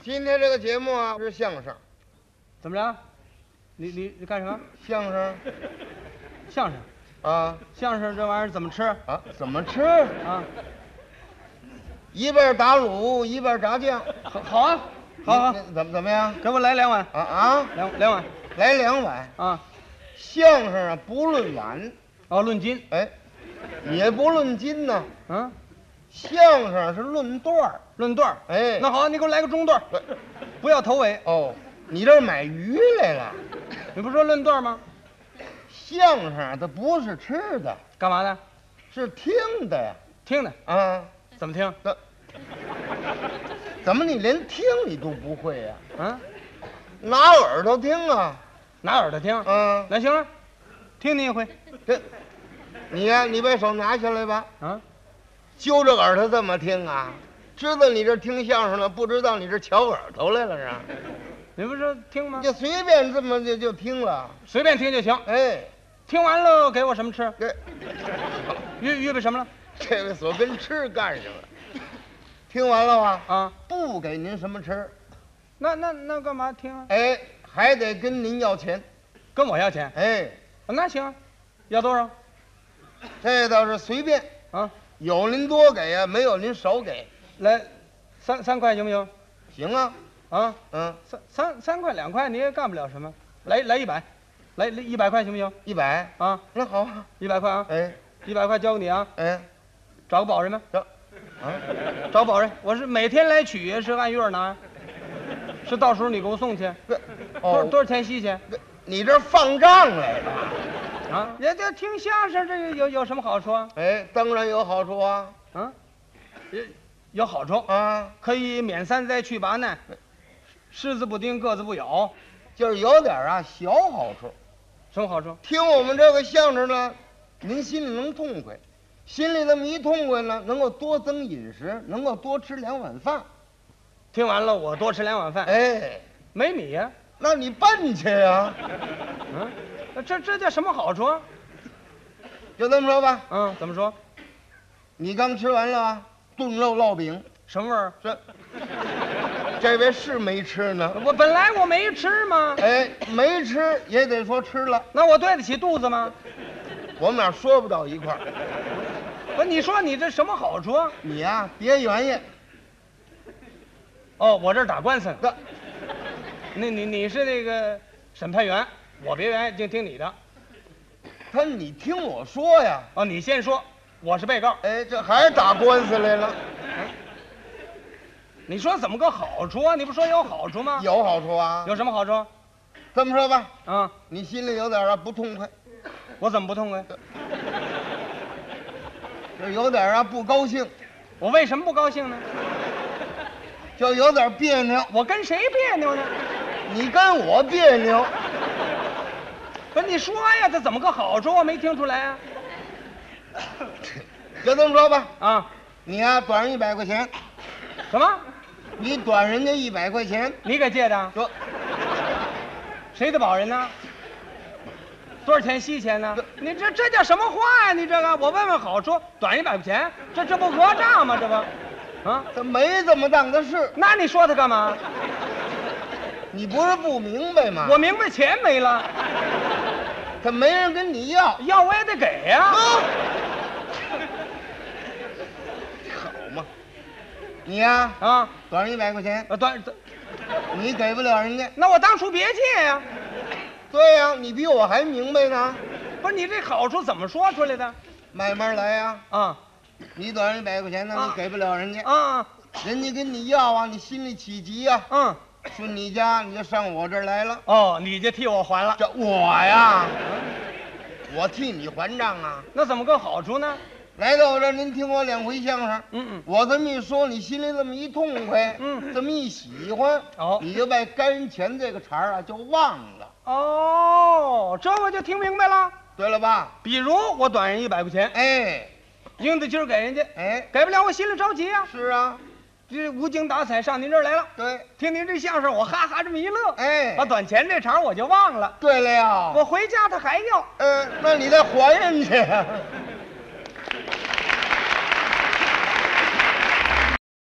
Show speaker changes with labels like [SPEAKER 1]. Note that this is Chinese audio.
[SPEAKER 1] 今天这个节目啊是相声，
[SPEAKER 2] 怎么着？你你你干什么？
[SPEAKER 1] 相声
[SPEAKER 2] 相声，
[SPEAKER 1] 啊
[SPEAKER 2] 相声这玩意儿怎么吃
[SPEAKER 1] 啊怎么吃？
[SPEAKER 2] 啊？
[SPEAKER 1] 一边打卤一边炸酱，
[SPEAKER 2] 好，好啊，好好
[SPEAKER 1] 你，你怎么怎么样？
[SPEAKER 2] 给我来两碗，
[SPEAKER 1] 啊啊，
[SPEAKER 2] 两两碗
[SPEAKER 1] 来两碗。
[SPEAKER 2] 啊！
[SPEAKER 1] 相声啊不论碗，
[SPEAKER 2] 哦，论斤，
[SPEAKER 1] 哎，也不论斤呢，
[SPEAKER 2] 嗯，
[SPEAKER 1] 相声是论段儿，
[SPEAKER 2] 论段儿。
[SPEAKER 1] 哎，
[SPEAKER 2] 那好，你给我来个中段儿，
[SPEAKER 1] 来
[SPEAKER 2] 不要头尾。
[SPEAKER 1] 哦，你这儿买鱼来了。
[SPEAKER 2] 你不说论段儿吗？
[SPEAKER 1] 相声啊它不是吃的，
[SPEAKER 2] 干嘛的？
[SPEAKER 1] 是听的呀。
[SPEAKER 2] 听的，
[SPEAKER 1] 啊，
[SPEAKER 2] 怎么听？
[SPEAKER 1] 那怎么你连听你都不会呀、
[SPEAKER 2] 嗯，
[SPEAKER 1] 拿耳朵听啊，
[SPEAKER 2] 拿耳朵听。
[SPEAKER 1] 嗯，
[SPEAKER 2] 那行了，听你一回。
[SPEAKER 1] 这，你呀、你把手拿下来吧，
[SPEAKER 2] 啊，
[SPEAKER 1] 揪着耳朵这么听啊，知道你这听相声了，不知道你这瞧耳朵来了是吧？
[SPEAKER 2] 你不是听吗
[SPEAKER 1] 你？就随便这么就就听了，
[SPEAKER 2] 随便听就行。
[SPEAKER 1] 哎，
[SPEAKER 2] 听完了给我什么吃？
[SPEAKER 1] 这
[SPEAKER 2] 预预备什么了？
[SPEAKER 1] 这位所跟吃干什么？听完了吗？
[SPEAKER 2] 啊，
[SPEAKER 1] 不给您什么吃，
[SPEAKER 2] 那那那干嘛听啊？
[SPEAKER 1] 哎，还得跟您要钱，
[SPEAKER 2] 跟我要钱？
[SPEAKER 1] 哎，
[SPEAKER 2] 那行啊，要多少？
[SPEAKER 1] 这倒是随便，
[SPEAKER 2] 啊，
[SPEAKER 1] 有您多给呀、没有您少给，
[SPEAKER 2] 来，三三块行不行？
[SPEAKER 1] 行啊，
[SPEAKER 2] 啊，
[SPEAKER 1] 嗯，
[SPEAKER 2] 三三三块两块你也干不了什么，来来一百，来来一百块行不行？
[SPEAKER 1] 一百，
[SPEAKER 2] 啊，
[SPEAKER 1] 那好啊，
[SPEAKER 2] 一百块啊，
[SPEAKER 1] 哎
[SPEAKER 2] 一百块交给你啊，
[SPEAKER 1] 哎，
[SPEAKER 2] 找个保人吧，
[SPEAKER 1] 啊。
[SPEAKER 2] 找保人。我是每天来取，是按月拿，是到时候你给我送去，
[SPEAKER 1] 这
[SPEAKER 2] 多少
[SPEAKER 1] 哦，
[SPEAKER 2] 多少钱息去？
[SPEAKER 1] 你这放账来了？
[SPEAKER 2] 啊，人家听相声这个有有什么好处啊？
[SPEAKER 1] 哎，当然有好处啊
[SPEAKER 2] 啊，有有好处，
[SPEAKER 1] 啊，
[SPEAKER 2] 可以免三灾去八难，虱子不叮，个子不咬，
[SPEAKER 1] 就是有点啊小好处。
[SPEAKER 2] 什么好处？
[SPEAKER 1] 听我们这个相声呢，您心里能痛快，心里这么一痛快呢，能够多增饮食，能够多吃两碗饭。
[SPEAKER 2] 听完了我多吃两碗饭。
[SPEAKER 1] 哎，
[SPEAKER 2] 没你呀、
[SPEAKER 1] 那你笨去啊呀、
[SPEAKER 2] 嗯，那这这叫什么好处啊？
[SPEAKER 1] 就这么说吧，
[SPEAKER 2] 嗯，怎么说？
[SPEAKER 1] 你刚吃完了啊炖肉烙饼，
[SPEAKER 2] 什么味儿？
[SPEAKER 1] 这这位是没吃呢。
[SPEAKER 2] 我本来我没吃嘛，
[SPEAKER 1] 哎，没吃也得说吃了，
[SPEAKER 2] 那我对得起肚子吗？
[SPEAKER 1] 我们俩说不到一块儿。
[SPEAKER 2] 不，你说你这什么好处啊？
[SPEAKER 1] 你呀、别圆圆，
[SPEAKER 2] 哦，我这儿打官司呢。
[SPEAKER 1] 那
[SPEAKER 2] 那你你是那个审判员，我别原就听你的。
[SPEAKER 1] 他你听我说呀，
[SPEAKER 2] 哦，你先说，我是被告。
[SPEAKER 1] 哎，这还打官司来了，
[SPEAKER 2] 你说怎么个好处啊？你不说有好处吗？
[SPEAKER 1] 有好处啊。
[SPEAKER 2] 有什么好处？
[SPEAKER 1] 这么说吧，
[SPEAKER 2] 啊，
[SPEAKER 1] 你心里有点啊不痛快，
[SPEAKER 2] 我怎么不痛快？
[SPEAKER 1] 就有点啊不高兴，
[SPEAKER 2] 我为什么不高兴呢？
[SPEAKER 1] 就有点别扭。
[SPEAKER 2] 我跟谁别扭呢？
[SPEAKER 1] 你跟我别扭，
[SPEAKER 2] 不是你说呀，这怎么个好处啊？没听出来啊？
[SPEAKER 1] 就这么说吧，
[SPEAKER 2] 啊，
[SPEAKER 1] 你呀、短人一百块钱，
[SPEAKER 2] 什么？
[SPEAKER 1] 你短人家一百块钱，
[SPEAKER 2] 你给借的啊？
[SPEAKER 1] 说
[SPEAKER 2] 谁的保人呢？多少钱息钱呢？你这这叫什么话呀、你这个，我问问好处，短一百块钱，这这不讹诈吗？这不，啊？
[SPEAKER 1] 这没这么当的事，
[SPEAKER 2] 那你说他干嘛？
[SPEAKER 1] 你不是不明白吗？
[SPEAKER 2] 我明白钱没了，
[SPEAKER 1] 他没人跟你要，啊
[SPEAKER 2] 要我也得给呀、
[SPEAKER 1] 好嘛，你呀、
[SPEAKER 2] 啊！
[SPEAKER 1] 短人一百块钱，
[SPEAKER 2] 呃短，短
[SPEAKER 1] 你给不了人家。
[SPEAKER 2] 那我当初别借呀、
[SPEAKER 1] 对呀、你比我还明白呢，
[SPEAKER 2] 不是你这好处怎么说出来的？
[SPEAKER 1] 慢慢来呀、
[SPEAKER 2] 啊
[SPEAKER 1] 你短人一百块钱呢，
[SPEAKER 2] 啊
[SPEAKER 1] 你给不了人家，
[SPEAKER 2] 啊
[SPEAKER 1] 人家跟你要啊，你心里起急呀、
[SPEAKER 2] 嗯，
[SPEAKER 1] 说你家你就上我这儿来了，
[SPEAKER 2] 哦，你就替我还了，
[SPEAKER 1] 这我呀，啊我替你还账啊。
[SPEAKER 2] 那怎么个好处呢？
[SPEAKER 1] 来到我这儿，您听我两回相声，
[SPEAKER 2] 嗯嗯，
[SPEAKER 1] 我这么一说，你心里这么一痛快，
[SPEAKER 2] 嗯
[SPEAKER 1] 这么一喜欢，
[SPEAKER 2] 哦
[SPEAKER 1] 你就把干人钱这个茬儿啊就忘了，
[SPEAKER 2] 哦，这我就听明白了。
[SPEAKER 1] 对了吧？
[SPEAKER 2] 比如我短人一百块钱，
[SPEAKER 1] 哎
[SPEAKER 2] 应得今儿给人家，
[SPEAKER 1] 哎，
[SPEAKER 2] 给不了我心里着急呀、
[SPEAKER 1] 是啊，
[SPEAKER 2] 这无精打采上您这儿来了，
[SPEAKER 1] 对，
[SPEAKER 2] 听您这相声，我哈哈这么一乐，
[SPEAKER 1] 哎哦
[SPEAKER 2] 把，短钱这茬我就忘了。
[SPEAKER 1] 对了呀，
[SPEAKER 2] 我回家他还要，
[SPEAKER 1] 呃，那你再还人去呀。